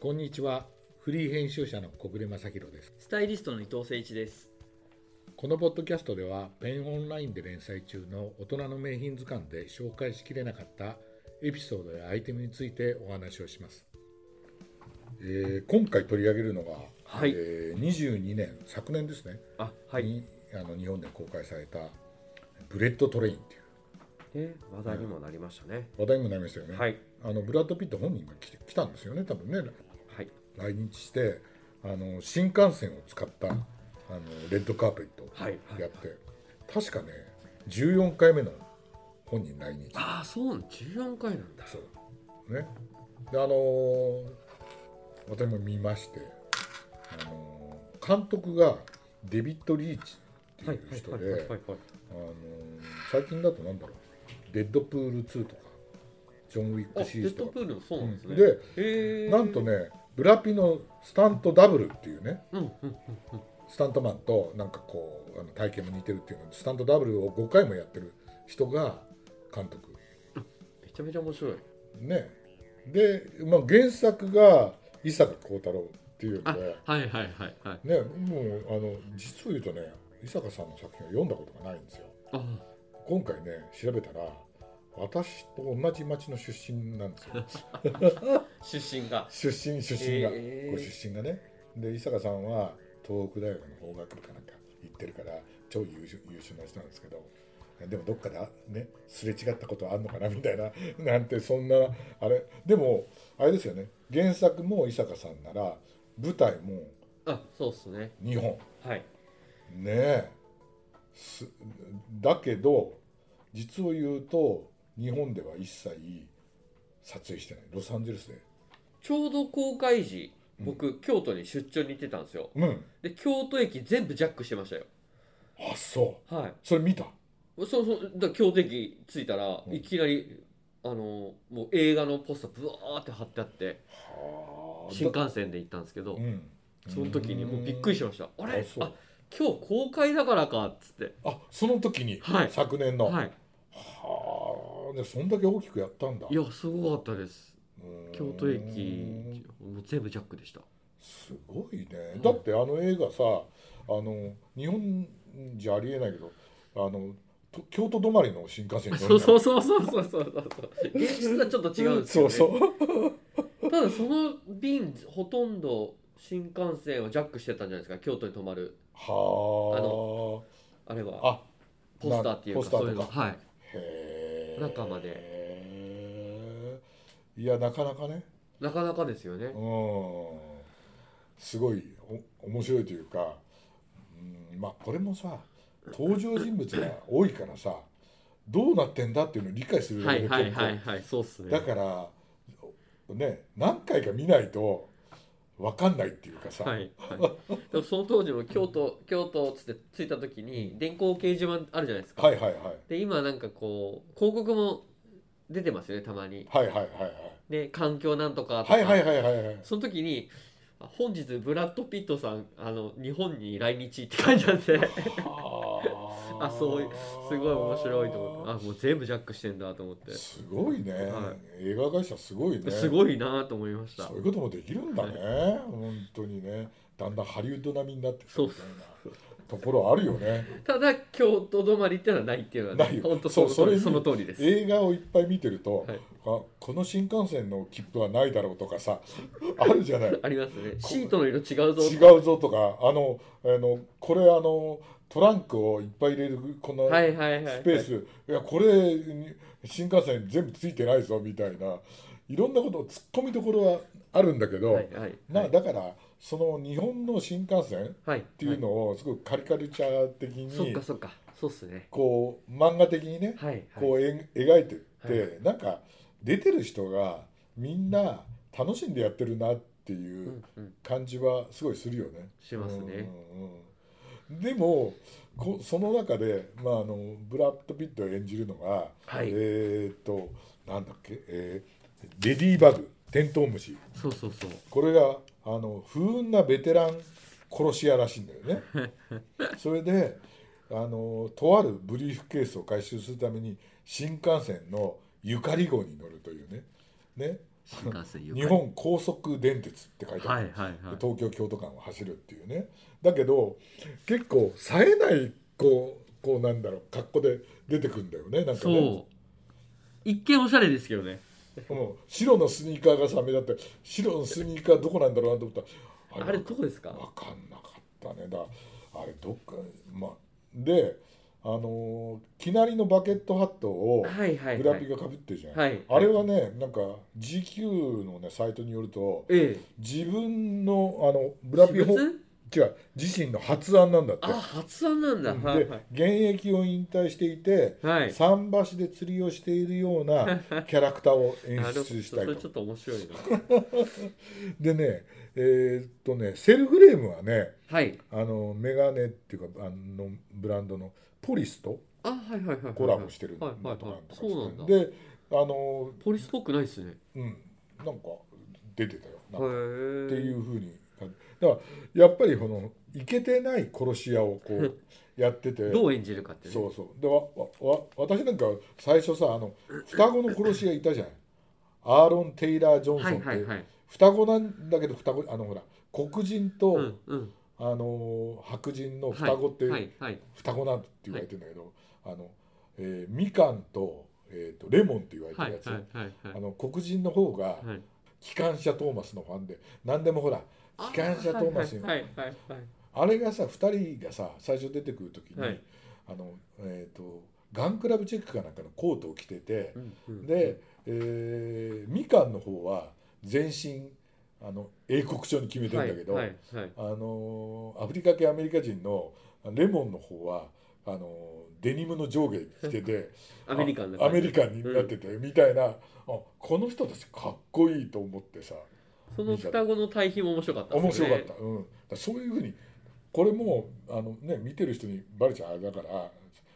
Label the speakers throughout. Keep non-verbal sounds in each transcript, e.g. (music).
Speaker 1: こんにちはフリー編集者の小暮正弘です
Speaker 2: スタイリストの伊藤誠一です。
Speaker 1: このポッドキャストではペンオンラインで連載中の大人の名品図鑑で紹介しきれなかったエピソードやアイテムについてお話をします、えー今回取り上げるのが、
Speaker 2: はい
Speaker 1: えー22年昨年ですね、
Speaker 2: あ、はい。
Speaker 1: にあの日本で公開されたブレッドトレインっていう
Speaker 3: で話題にもなりましたね。
Speaker 1: 話題にもなりましたよね、
Speaker 3: はい
Speaker 1: あのブラッド・ピット本人が来て来たんですよね多分ね
Speaker 3: はい。
Speaker 1: 来日してあの新幹線を使ったあのレッドカーペットを
Speaker 3: はいはい
Speaker 1: やって、確かね14回目の本人来日
Speaker 3: ああ、そうなん、十四回なんだ。
Speaker 1: そうねであのー私も見まして、あのー監督がデビッド・リーチって
Speaker 3: はいいうはい
Speaker 1: 人
Speaker 3: はいは
Speaker 1: で
Speaker 3: いはいはい。
Speaker 1: あのー最近だとなんだろう「デッドプール2」とか「ジョン・ウィッ
Speaker 3: あ、
Speaker 1: ク
Speaker 3: デ
Speaker 1: シリーズ
Speaker 3: ッ
Speaker 1: と
Speaker 3: ド
Speaker 1: か
Speaker 3: プールもそうなんですね。
Speaker 1: で
Speaker 3: へー
Speaker 1: なんと。ねブラピのスタントダブルっていうね
Speaker 3: うんうん。
Speaker 1: スタントマンとなんかこうあの体型も似てるっていうのでスタントダブルを5回もやってる人が監督
Speaker 3: めちゃめちゃ面白い。
Speaker 1: ねで、まあ、原作が伊坂幸太郎っていうの
Speaker 3: あ、
Speaker 1: で、
Speaker 3: はいはいはいはい。
Speaker 1: ね、もうあの実を言うとね伊坂さんの作品は読んだことがないんですよ
Speaker 3: あ、
Speaker 1: 今回ね調べたら私と同じ町の出身なんですよ
Speaker 3: 出身が。
Speaker 1: 出身出身が、
Speaker 3: へー
Speaker 1: ご出身がねで伊坂さんは東北大学の法学部かなんか行ってるから超優秀優秀な人なんですけどでもどっかであねすれ違ったことあんのかなみたいな (laughs) なんてそんなあれでもあれですよね原作も伊坂さんなら舞台も
Speaker 3: あ、そうっすね。
Speaker 1: 日本
Speaker 3: はい。
Speaker 1: ねえすだけど実を言うと日本では一切撮影してないロサンゼルスで
Speaker 3: ちょうど公開時、僕京都に出張に行ってたんですよ。
Speaker 1: うん
Speaker 3: で、京都駅全部ジャックしてましたよ。
Speaker 1: あそう
Speaker 3: はい。
Speaker 1: それ見た
Speaker 3: そうそう、だから京都駅着いたら、
Speaker 1: うん
Speaker 3: いきなり。あのもう映画のポスターブワーって貼ってあって
Speaker 1: はあ
Speaker 3: 新幹線で行ったんですけど、
Speaker 1: うん、
Speaker 3: その時にもうびっくりし
Speaker 1: ま
Speaker 3: ました。あれ
Speaker 1: あ
Speaker 3: あ
Speaker 1: そう
Speaker 3: 今日公開だからかっつって。
Speaker 1: あその時に、
Speaker 3: はい
Speaker 1: 昨年の
Speaker 3: はい。
Speaker 1: はあでそんだけ大きくやったんだ
Speaker 3: いやすごかったです。
Speaker 1: うーん
Speaker 3: 京都駅もう全部ジャックでした。
Speaker 1: すごいねだってあの映画さあの日本じゃありえないけどあのと京都止まりの新幹線に乗
Speaker 3: そうそううそうそうそうそうそう。現実はちょっと違うんです
Speaker 1: そ
Speaker 3: よ
Speaker 1: う
Speaker 3: ね。
Speaker 1: そう
Speaker 3: ただその便ほとんど新幹線はジャックしてたんじゃないですか。京都に泊まる
Speaker 1: は
Speaker 3: あれ
Speaker 1: あ
Speaker 3: は
Speaker 1: あ
Speaker 3: ポスターっていう
Speaker 1: ポ
Speaker 3: か
Speaker 1: スタ
Speaker 3: そうい
Speaker 1: ー
Speaker 3: う
Speaker 1: と
Speaker 3: の
Speaker 1: か
Speaker 3: はい。
Speaker 1: へえ
Speaker 3: 中まで
Speaker 1: へえいやなかなかね
Speaker 3: なかなかですよね。
Speaker 1: うんすごいお面白いというか、うん、まあこれもさ登場人物が多いからさどうなってんだっていうのを理解するだ
Speaker 3: は
Speaker 1: けで
Speaker 3: いはい
Speaker 1: 結
Speaker 3: はい
Speaker 1: 構
Speaker 3: はい。そうっすね。
Speaker 1: だからね何回か見ないと分かんないっていうかさ、
Speaker 3: はい、はい、
Speaker 1: (laughs)
Speaker 3: でもその当時も京都京都っつって着いた時に電光掲示板あるじゃないですか、
Speaker 1: はいはいはい
Speaker 3: で今なんかこう広告も出てますよねたまに
Speaker 1: はいはいはい
Speaker 3: で環境なんとかとか、
Speaker 1: はいはいはいはいはいはい
Speaker 3: その時にあ本日ブラッド・ピットさんあの日本に来日って書いてあって
Speaker 1: は
Speaker 3: (laughs) あそういうすごい面白いと思ってあもう全部ジャックしてんだと思って
Speaker 1: すごいね、
Speaker 3: は
Speaker 1: 映画会社すごいね
Speaker 3: すごいなと思いました
Speaker 1: そういうこともできるんだね、本当にね、だんだんハリウッド並みになってきた
Speaker 3: そう
Speaker 1: みたいなところあるよね。
Speaker 3: ただ京都止まりってのはないっていうのは、
Speaker 1: ない
Speaker 3: ね、
Speaker 1: よ
Speaker 3: 本当
Speaker 1: そ
Speaker 3: そうの通り
Speaker 1: そ
Speaker 3: そ
Speaker 1: れ
Speaker 3: の
Speaker 1: に
Speaker 3: 通りです
Speaker 1: 映画をいっぱい見てると、
Speaker 3: はい
Speaker 1: あこの新幹線の切符はないだろうとかさ、
Speaker 3: (laughs)
Speaker 1: あるじゃない。
Speaker 3: ありますねシートの色違うぞ
Speaker 1: 違うぞとか、あの、あの、これ、あの、トランクをいっぱい入れる、この。
Speaker 3: はいはいはい
Speaker 1: スペース、いやこれに新幹線全部ついてないぞみたいないろんなこと突っ込みどころはあるんだけど、
Speaker 3: はいはい
Speaker 1: まあだからその日本の新幹線っ
Speaker 3: はいって
Speaker 1: いうのをすごくカリカルチャー的
Speaker 3: そっ
Speaker 1: に
Speaker 3: かそっかそうっすね
Speaker 1: こう漫画的にね
Speaker 3: はいはい
Speaker 1: こうえ描いてっ
Speaker 3: は
Speaker 1: てなんか出てる人がみんな楽しんでやってるなっていううん
Speaker 3: うん
Speaker 1: 感じはすごいするよね。
Speaker 3: しますね
Speaker 1: うんうんうんでもこその中で、まあ、あのブラッド・ピットを演じるのが、
Speaker 3: はい
Speaker 1: えーっとなんだっけ、えーレディーバグテントウムシ
Speaker 3: そうそうそう
Speaker 1: これがあの不運なベテラン殺し屋らしいんだよ
Speaker 3: (laughs)
Speaker 1: ね。それであのとあるブリーフケースを回収するために新幹線のゆかり号に乗るというねね
Speaker 3: 新幹線ゆかり
Speaker 1: 日本高速電鉄って書いてあ
Speaker 3: は
Speaker 1: る、
Speaker 3: いはいはい
Speaker 1: 東京京都間を走るっていうねだけど結構冴えないこうこうなんだろう格好で出てくんだよねなんかね
Speaker 3: そう一見おしゃれですけどね
Speaker 1: うん、白のスニーカーがさ目立って白のスニーカーどこなんだろうなと思ったら
Speaker 3: あれどこですか
Speaker 1: 分かんなかったねだあれどっかまあであのー、きなりのバケットハットを
Speaker 3: はいはい
Speaker 1: ブラ
Speaker 3: は
Speaker 1: ピ
Speaker 3: い
Speaker 1: がかぶってるじゃん、
Speaker 3: はい
Speaker 1: あれはねなんか GQ のねサイトによると
Speaker 3: ええ
Speaker 1: 自分のあのブラピ
Speaker 3: 私
Speaker 1: ほ違
Speaker 3: 物
Speaker 1: う自身の発案なんだって
Speaker 3: あ発案なんだ
Speaker 1: うん
Speaker 3: はいは
Speaker 1: で
Speaker 3: い
Speaker 1: 現役を引退していて、
Speaker 3: はい
Speaker 1: 桟橋で釣りをしているような
Speaker 3: (laughs)
Speaker 1: キャラクターを演
Speaker 3: なるほど
Speaker 1: 出し
Speaker 3: そ
Speaker 1: たい
Speaker 3: れ
Speaker 1: と
Speaker 3: ちょっと面白いな
Speaker 1: でねえーっとねセルフレームはね
Speaker 3: はい
Speaker 1: あのメガネっていうかあのブランドのポリスと
Speaker 3: あはいはいはい
Speaker 1: コラボしてるんだ
Speaker 3: はい
Speaker 1: と
Speaker 3: はい
Speaker 1: か
Speaker 3: はい
Speaker 1: んとか
Speaker 3: そうなんだ
Speaker 1: であの
Speaker 3: ポリスっぽくないですね
Speaker 1: うんなんか出てたよな
Speaker 3: へ
Speaker 1: んかっ
Speaker 3: え
Speaker 1: ていうふうにだからやっぱりこのいけてない殺し屋をこうやってて
Speaker 3: どう演じるかってね
Speaker 1: そうそうでわわわ私なんか最初さあの双子の殺し屋いたじゃないアーロン・テイラー・ジョンソ
Speaker 3: は
Speaker 1: ンっ
Speaker 3: い
Speaker 1: て、
Speaker 3: はいはい
Speaker 1: 双子なんだけど双子あのほら黒人と、
Speaker 3: うんうん
Speaker 1: あのー白人の双子って、
Speaker 3: はいはい
Speaker 1: 双子なんて言われてんだけど、あのえーみかんと,、えーとレモンって言われて
Speaker 3: はい
Speaker 1: る
Speaker 3: は
Speaker 1: や
Speaker 3: い
Speaker 1: つ、
Speaker 3: はいはいはい
Speaker 1: あの黒人の方が
Speaker 3: はい
Speaker 1: 機関車トーマスのファンで何でもほら機関車トーマスに
Speaker 3: あはいはいはいはい
Speaker 1: あれがさ2人がさ最初出てくる時に、
Speaker 3: はい
Speaker 1: あのえー、とガンクラブチェックかなんかのコートを着てて
Speaker 3: う、んうん
Speaker 1: で、えーみかんの方は全身あの英国帳に決めてんだけど、
Speaker 3: はいはいはい
Speaker 1: あのーアフリカ系アメリカ人のレモンの方はあのーデニムの上下着てて
Speaker 3: (laughs) アメリカンな
Speaker 1: あア
Speaker 3: 感じ
Speaker 1: メリカンになってて、みたいなあこの人たちかっこいいと思ってさ
Speaker 3: その双子の対比も面白かった
Speaker 1: 面
Speaker 3: です
Speaker 1: 白
Speaker 3: ね
Speaker 1: かった、うん、だからそういうふうにこれもうあの、ね、見てる人にバレちゃうあれだから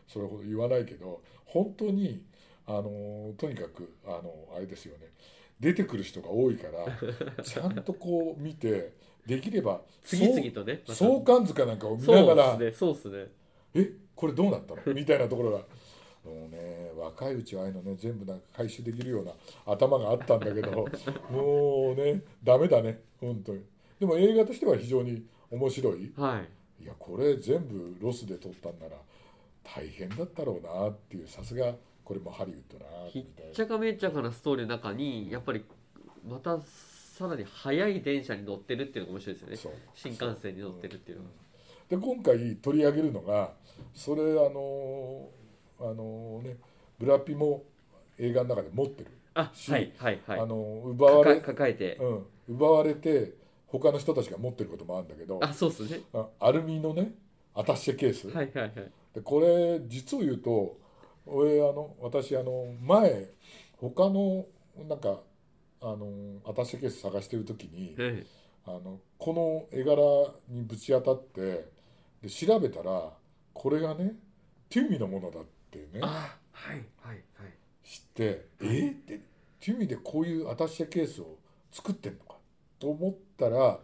Speaker 1: それほど言わないけど本当にあのーとにかくあのあれですよね出てくる人が多いから
Speaker 3: (laughs)
Speaker 1: ちゃんとこう見てできれば
Speaker 3: 次々とねまた
Speaker 1: 相関図かなんかを見なが
Speaker 3: そう
Speaker 1: ら、
Speaker 3: ですねそうですね
Speaker 1: えこれどうなったの
Speaker 3: (laughs)
Speaker 1: みたいなところがもうね若いうちはああいうのね全部なんか回収できるような頭があったんだけ
Speaker 3: (laughs)
Speaker 1: どもうねダメだね本当にでも映画としては非常に面白い
Speaker 3: はい
Speaker 1: いやこれ全部ロスで撮ったんなら大変だったろうなっていうさすがこれもハリウッドだな
Speaker 3: ひ
Speaker 1: み
Speaker 3: った
Speaker 1: い
Speaker 3: ちゃかめっちゃかなストーリーの中にやっぱりまたさらに速い電車に乗ってるっていうのが面白いですよ
Speaker 1: な
Speaker 3: ね
Speaker 1: そう
Speaker 3: 新幹線に乗ってるっていうのが
Speaker 1: で今回取り上げるのがそれあのーあのーねブラピも映画の中で持ってる、
Speaker 3: あ
Speaker 1: し
Speaker 3: はいはいはい
Speaker 1: あのー奪わ
Speaker 3: 抱え
Speaker 1: れ、
Speaker 3: 抱えて
Speaker 1: うん、奪われて他の人たちが持ってることもあるんだけど
Speaker 3: あそうですね
Speaker 1: あアルミのねアタッシェケース、
Speaker 3: はいはいはい
Speaker 1: でこれ実を言うと俺あの私あの前他のなんかあのーアタッシェケース探してる時に
Speaker 3: え
Speaker 1: あのこの絵柄にぶち当たってで調べたらこれがねテュミのものだってね
Speaker 3: えあはいはいはい
Speaker 1: 知ってえーってテュミでこういうアタッシェケースを作ってんのかと思ったら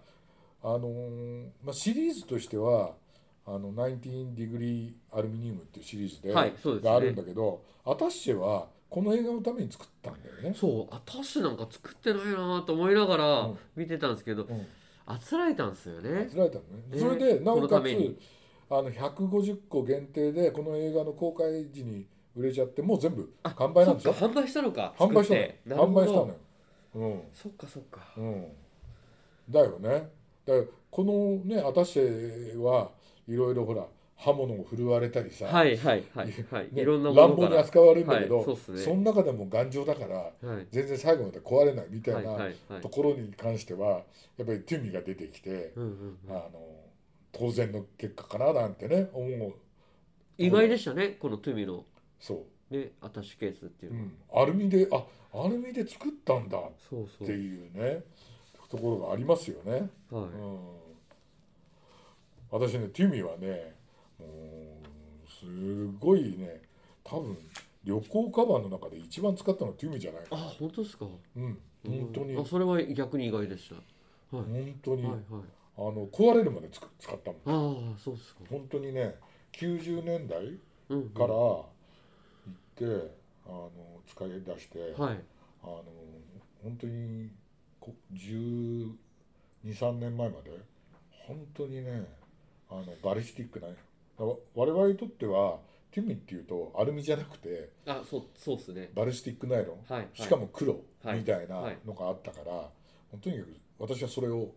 Speaker 1: あのーまあ、シリーズとしてはあの19ディグリーアルミニウムっていうシリーズで、
Speaker 3: はいそうですね
Speaker 1: があるんだけどアタッシェはこの映画のために作ったんだよね。
Speaker 3: そう私なんか作ってないなと思いながら
Speaker 1: うん
Speaker 3: 見てたんですけど
Speaker 1: うん
Speaker 3: あつらえたんですよね
Speaker 1: つられたのね、
Speaker 3: ね
Speaker 1: それでなお
Speaker 3: このた
Speaker 1: か
Speaker 3: め
Speaker 1: つ
Speaker 3: に
Speaker 1: あの150個限定でこの映画の公開時に売れちゃってもう全部完売なんです
Speaker 3: そ
Speaker 1: よ
Speaker 3: っか販売したのか
Speaker 1: 販売したの
Speaker 3: 作
Speaker 1: よ
Speaker 3: ってなる
Speaker 1: 販
Speaker 3: ほど
Speaker 1: 売したのよ、うん
Speaker 3: そっかそっか
Speaker 1: うん、だよねだからこのねアタッシェはいろいろほら刃物を振るわれたりさ、
Speaker 3: はいはいはいはい、
Speaker 1: ね
Speaker 3: いろんなも
Speaker 1: 乱
Speaker 3: の
Speaker 1: 暴
Speaker 3: か
Speaker 1: に
Speaker 3: ら
Speaker 1: 扱われるんだけど、
Speaker 3: はいそうっすね
Speaker 1: の中でも頑丈だから
Speaker 3: はい
Speaker 1: 全然最後まで壊れないみた
Speaker 3: はいいはい
Speaker 1: な
Speaker 3: はい
Speaker 1: ところに関してはやっぱりテュミが出てきて。
Speaker 3: うんうん
Speaker 1: あ
Speaker 3: う
Speaker 1: の
Speaker 3: ん
Speaker 1: 当然の結果かななんてね思う
Speaker 3: 意外でしたねこのトゥミの
Speaker 1: そ、
Speaker 3: ねアタッシュケースっていうう
Speaker 1: う
Speaker 3: のは、
Speaker 1: ん、アルミであアルミで作ったんだっ
Speaker 3: そうそう
Speaker 1: ていうねところがありますよね、
Speaker 3: は
Speaker 1: う
Speaker 3: い
Speaker 1: ん、私ねティミはねもうすごいね多分旅行カバンの中で一番使ったのはティミじゃない
Speaker 3: あ
Speaker 1: かな
Speaker 3: 本当ですか
Speaker 1: うん本当に
Speaker 3: うんあそれは逆に意外でしたはい
Speaker 1: 本当に、
Speaker 3: はいはい
Speaker 1: あの壊れるまでつく使ったもん
Speaker 3: ああそうですか
Speaker 1: 本当にね90年代
Speaker 3: うんうん
Speaker 1: から行ってあの使い出して、
Speaker 3: はい
Speaker 1: ああの本当にこ1 2 3年前まで本当にねあのバリスティックなわ我々にとってはティミンっていうとアルミじゃなくて
Speaker 3: あそうそうっすね
Speaker 1: バリスティックナイロン、
Speaker 3: はい、はい、
Speaker 1: しかも黒
Speaker 3: はい
Speaker 1: みたいな
Speaker 3: はい
Speaker 1: のがあったから、とにかく私はそれを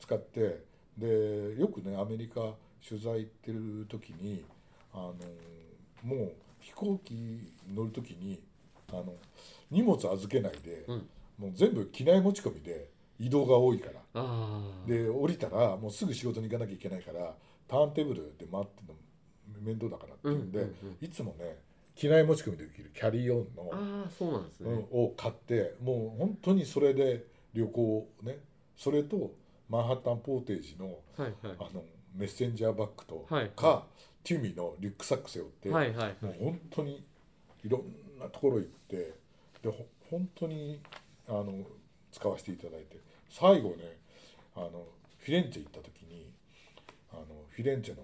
Speaker 1: 使ってでよくねアメリカ取材行ってる時にあのもう飛行機乗る時にあの荷物預けないで、
Speaker 3: うん
Speaker 1: もう全部機内持ち込みで移動が多いから
Speaker 3: ああ
Speaker 1: で降りたらもうすぐ仕事に行かなきゃいけないからターンテーブルで待ってるの面倒だからっていうんで、
Speaker 3: うんうん
Speaker 1: いつもね機内持ち込みできるキャリーオンの。
Speaker 3: ああそうなんですね、
Speaker 1: うん、を買ってもう本当にそれで旅行をねそれとマンハッタンポーテージの
Speaker 3: はいはい
Speaker 1: あのメッセンジャーバッグと
Speaker 3: はい
Speaker 1: か、ティミのリュックサック背負って、
Speaker 3: はいはいはい
Speaker 1: もう本当にいろんなところ行ってでほ本当にあの使わせていただいて最後ねあのフィレンツェ行った時にあのフィレンツェの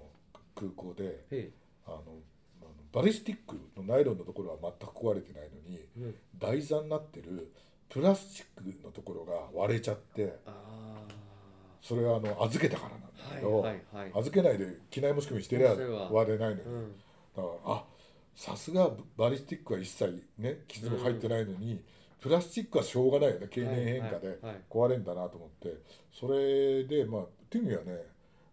Speaker 1: 空港で
Speaker 3: え
Speaker 1: あのあのバリスティックのナイロンのところは全く壊れてないのに。
Speaker 3: えうん、
Speaker 1: 台座になってるプラスチックのところが割れちゃって
Speaker 3: あ
Speaker 1: それはあの預けたからなんだ
Speaker 3: あは
Speaker 1: け
Speaker 3: い
Speaker 1: ど、
Speaker 3: はいはい、
Speaker 1: 預けないで機内持ち込みしてりゃ
Speaker 3: それは
Speaker 1: 割れないのに、
Speaker 3: う
Speaker 1: だ
Speaker 3: ん、
Speaker 1: からあさすがバリスティックは一切ね傷も入ってないのに、プラスチックはしょうがないよね経年変化で
Speaker 3: はいはいはい
Speaker 1: 壊れるんだなと思ってそれでまあティミはね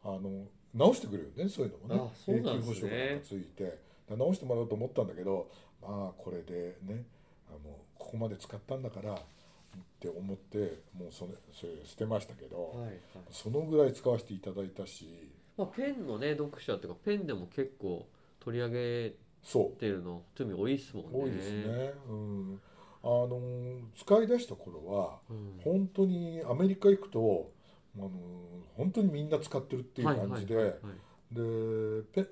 Speaker 1: あの直してくれるよねそういうのもね
Speaker 3: あそうなんです
Speaker 1: 保証
Speaker 3: ね
Speaker 1: がついてだから直してもらおうと思ったんだけどまあこれでねあのここまで使ったんだからって思ってもうそれそれ捨てましたけど、
Speaker 3: はいはい
Speaker 1: そのぐらい使わせていただいたし
Speaker 3: まあ、ペンのね読者っていうかペンでも結構取り上げ
Speaker 1: そう
Speaker 3: てるの趣味多いっすもんね
Speaker 1: 多いですね。うん、あのー使い出した頃は
Speaker 3: うん、
Speaker 1: 本当にアメリカ行くと、あのー本当にみんな使ってるっていう
Speaker 3: はいはい
Speaker 1: 感じで、
Speaker 3: はいはい
Speaker 1: でペ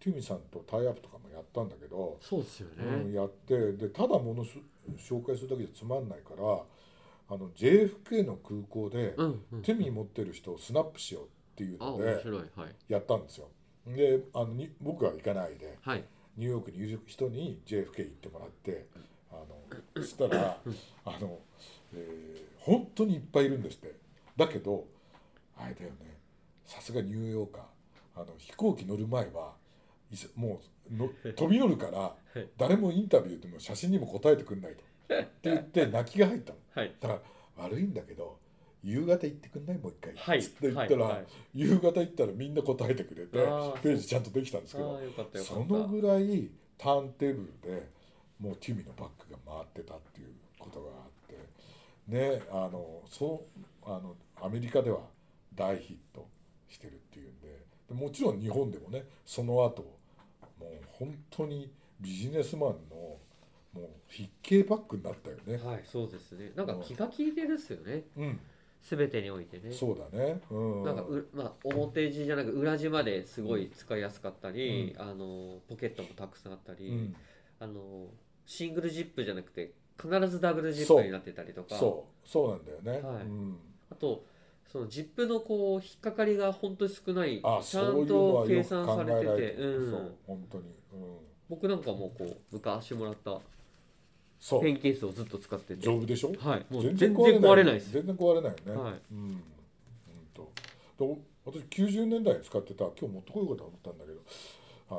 Speaker 1: ティミさんとタイアップとかもやったんだけど、
Speaker 3: そうですよね、
Speaker 1: うん、やってでただものす紹介するだけじゃつまんないからあの JFK の空港で、
Speaker 3: うんうん、
Speaker 1: ティミ持ってる人をスナップしようっていう
Speaker 3: あ
Speaker 1: の
Speaker 3: 面
Speaker 1: で
Speaker 3: 白いはい
Speaker 1: やったんですよ。であのに僕は行かないで。
Speaker 3: はい
Speaker 1: ニューヨークにいる人に JFK 行ってもらってあのそしたらあの、えー本当にいっぱいいるんですってだけどあれだよねさすがニューヨーカーあの飛行機乗る前はいそもうの飛び乗るから
Speaker 3: い
Speaker 1: 誰もインタビューでも写真にも答えてくんないとって言って泣きが入ったの
Speaker 3: はい
Speaker 1: だから悪いんだけど夕方行ってくんないもう一回、
Speaker 3: はい
Speaker 1: つって言ったら、
Speaker 3: はいはい
Speaker 1: 夕方行ったらみんな答えてくれて
Speaker 3: あー
Speaker 1: ページちゃんとできたんです
Speaker 3: あ
Speaker 1: けど
Speaker 3: あよかったよか
Speaker 1: そ
Speaker 3: った
Speaker 1: のぐらいターンテーブルでもうティミのバッグが回ってたっていうことがあってねあのそうあのアメリカでは大ヒットしてるっていうんででもちろん日本でもねその後もう本当にビジネスマンのもう筆形バッグになったよね。
Speaker 3: はいそうですねなんか気が利いてるっすよね
Speaker 1: うん、
Speaker 3: 全てにおいてね
Speaker 1: そうだね。うん、
Speaker 3: なんかう、まあ、表地じゃなく裏地まですごい使いやすかったり、あのポケットもたくさんあったり、
Speaker 1: うん、
Speaker 3: あのシングルジップじゃなくて必ずダブルジップになってたりとか
Speaker 1: そうそうなんだよね。
Speaker 3: はい
Speaker 1: うん、
Speaker 3: あとそのジップのこう引っかかりが本当に少ない
Speaker 1: あ、
Speaker 3: ち
Speaker 1: そ
Speaker 3: ゃ
Speaker 1: うい
Speaker 3: ん
Speaker 1: うの
Speaker 3: と
Speaker 1: はよ
Speaker 3: 計
Speaker 1: く
Speaker 3: 算
Speaker 1: 考
Speaker 3: さ
Speaker 1: えら
Speaker 3: れて
Speaker 1: れ
Speaker 3: て
Speaker 1: て
Speaker 3: う、
Speaker 1: る。そうん本当に。うん、
Speaker 3: 僕なんかもうこう昔もらった
Speaker 1: そう
Speaker 3: ペ。ンケースをずっと使ってて
Speaker 1: 丈夫でしょ
Speaker 3: はいもう全然壊れないです
Speaker 1: 全然壊れないよね、
Speaker 3: はい
Speaker 1: うん、うんとでお私90年代に使ってた今日持ってこようかと思ったんだけどあ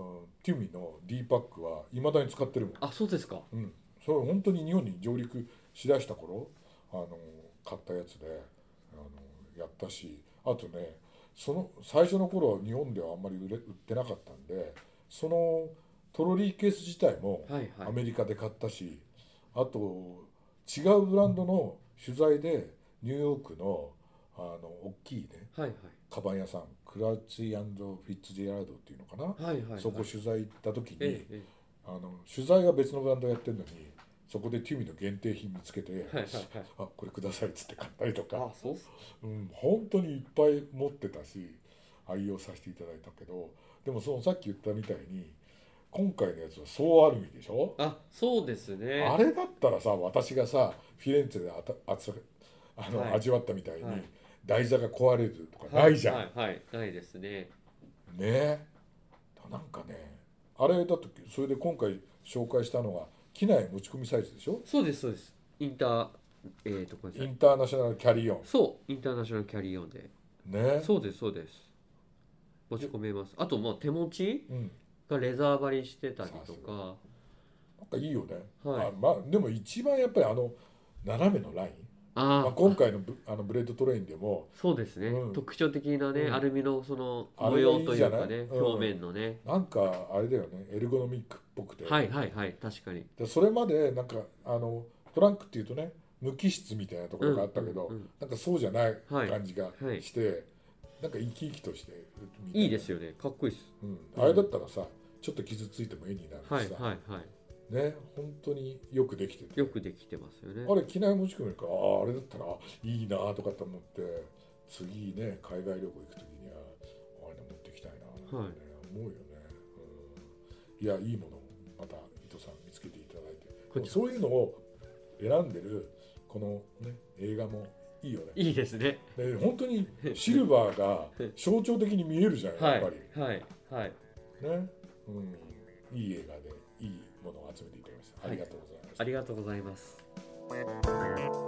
Speaker 1: の、うん、ティミの D パックはいまだに使ってるもん、
Speaker 3: あそうですか
Speaker 1: うん、それ本当に日本に上陸しだした頃あの買ったやつであのやったしあとねその最初の頃は日本ではあんまり売れ売ってなかったんでそのトロリーケース自体も、
Speaker 3: はいは
Speaker 1: ア
Speaker 3: い
Speaker 1: メリカで買ったしあと違うブランドの取材でニューヨークのあの大きいね
Speaker 3: はい
Speaker 1: カバン屋さんクラッチフィッツジェラルドっていうのかな、
Speaker 3: はいはいはいはい
Speaker 1: そこ取材行った時に、
Speaker 3: えええ
Speaker 1: あの取材は別のブランドやってるのにそこでティミの限定品見つけて、
Speaker 3: えはいはいはい
Speaker 1: あこれくださいっつって買ったりとか
Speaker 3: あそうっす
Speaker 1: うん、本当にいっぱい持ってたし愛用させていただいたけどでもそのさっき言ったみたいに今回のやつは総アルミでしょ
Speaker 3: あそうですね
Speaker 1: あれだったらさ私がさフィレンツェであたあつあの、
Speaker 3: はい
Speaker 1: 味わったみたいに、
Speaker 3: はい
Speaker 1: 台座が壊れるとかないじゃん、
Speaker 3: はいはいはいないですね
Speaker 1: ねえなんかねあれだとそれで今回紹介したのが機内持ち込みサイズでしょ
Speaker 3: そうですそうですインターえー、とこれ
Speaker 1: インターナショナルキャリーオ
Speaker 3: そうインターナショナルキャリーオンで
Speaker 1: ンね
Speaker 3: そうですそうです持ち込めますあとまあ手持ち
Speaker 1: うん
Speaker 3: がレザー張りしてたりと
Speaker 1: さす
Speaker 3: か
Speaker 1: なんかいいよね、
Speaker 3: はい
Speaker 1: あまあ、でも一番やっぱりあの斜めのライン
Speaker 3: あ
Speaker 1: まあ、
Speaker 3: あ
Speaker 1: 今回のブあのブレードトレインでも
Speaker 3: そうですね、
Speaker 1: うん
Speaker 3: 特徴的なね、
Speaker 1: うん
Speaker 3: アルミのその
Speaker 1: あれ
Speaker 3: 模様というか
Speaker 1: いいじゃない
Speaker 3: ね
Speaker 1: うん
Speaker 3: 表面のね、
Speaker 1: なんかあれだよねエルゴノミックっぽくて、
Speaker 3: はいはいはい確かに
Speaker 1: でそれまでなんかあのトランクっていうとね無機質みたいなところがあったけど、
Speaker 3: うんうん
Speaker 1: なんかそうじゃない
Speaker 3: はい
Speaker 1: 感じが
Speaker 3: はい
Speaker 1: して、なんか生き生きとしてるみた
Speaker 3: いいです
Speaker 1: よ、
Speaker 3: よねかっこいいです
Speaker 1: うん、あれだったらさちょっと傷ついても絵になるしさ、
Speaker 3: はいはいはい
Speaker 1: ね本当によくできてて
Speaker 3: よくできてますよね
Speaker 1: あれ機内持ち込みかあーあれだったらいいなとかって思って次ね海外旅行行く時にはあれ持ってきたいななんてね、思うよね、うん、いやいいものをまた伊藤さん見つけていただいて
Speaker 3: こっち
Speaker 1: そういうのを選んでるこの、ね、映画もいいよね
Speaker 3: いいですね
Speaker 1: で本当にシルバー
Speaker 3: (laughs)
Speaker 1: が象徴的に見えるじゃない
Speaker 3: は
Speaker 1: や
Speaker 3: い
Speaker 1: っぱり、
Speaker 3: はいはい
Speaker 1: ね、うん、いい映画でいいものを集めていただきましたありがとうございました、
Speaker 3: ありがとうございま
Speaker 4: 「
Speaker 3: す